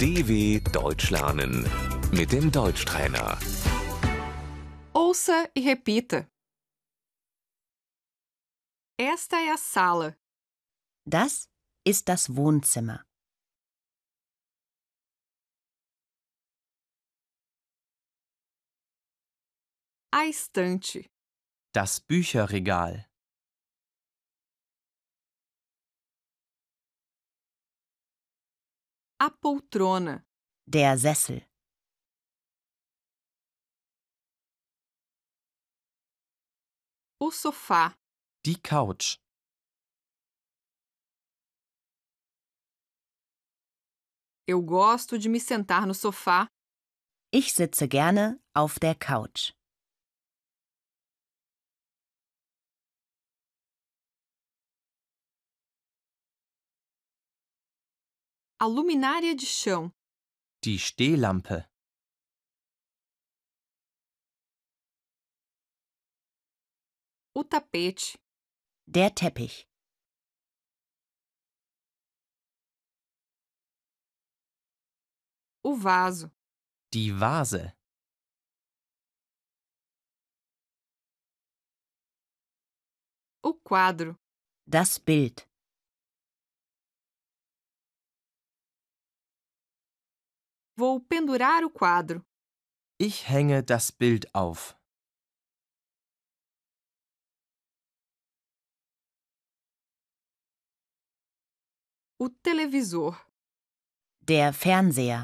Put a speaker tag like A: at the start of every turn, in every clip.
A: DW Deutsch lernen mit dem Deutschtrainer.
B: Ouça e repita. Esta é a sala.
C: Das ist das Wohnzimmer.
B: A estante.
D: Das Bücherregal.
B: A poltrona.
C: Der Sessel.
B: O sofá.
D: Die Couch.
B: Eu gosto de me sentar no sofá.
C: Ich sitze gerne auf der Couch.
B: A luminária de chão.
D: Die Stehlampe.
B: O tapete.
C: Der Teppich.
B: O vaso.
D: Die Vase.
B: O quadro.
C: Das Bild.
B: Vou pendurar o quadro.
D: Ich hänge das Bild auf.
B: O televisor.
C: Der Fernseher.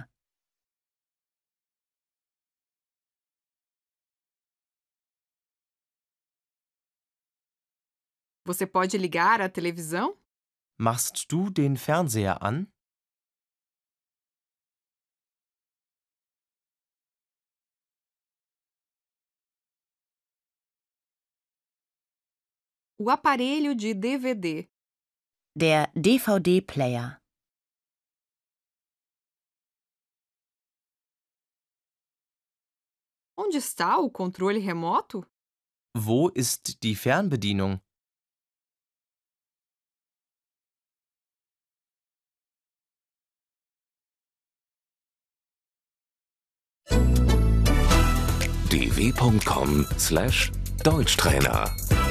B: Você pode ligar a televisão?
D: Machst du den Fernseher an?
B: O aparelho de DVD.
C: Der DVD-Player.
B: Onde está o controle remoto?
D: Wo ist die Fernbedienung?
A: dw.com/deutschtrainer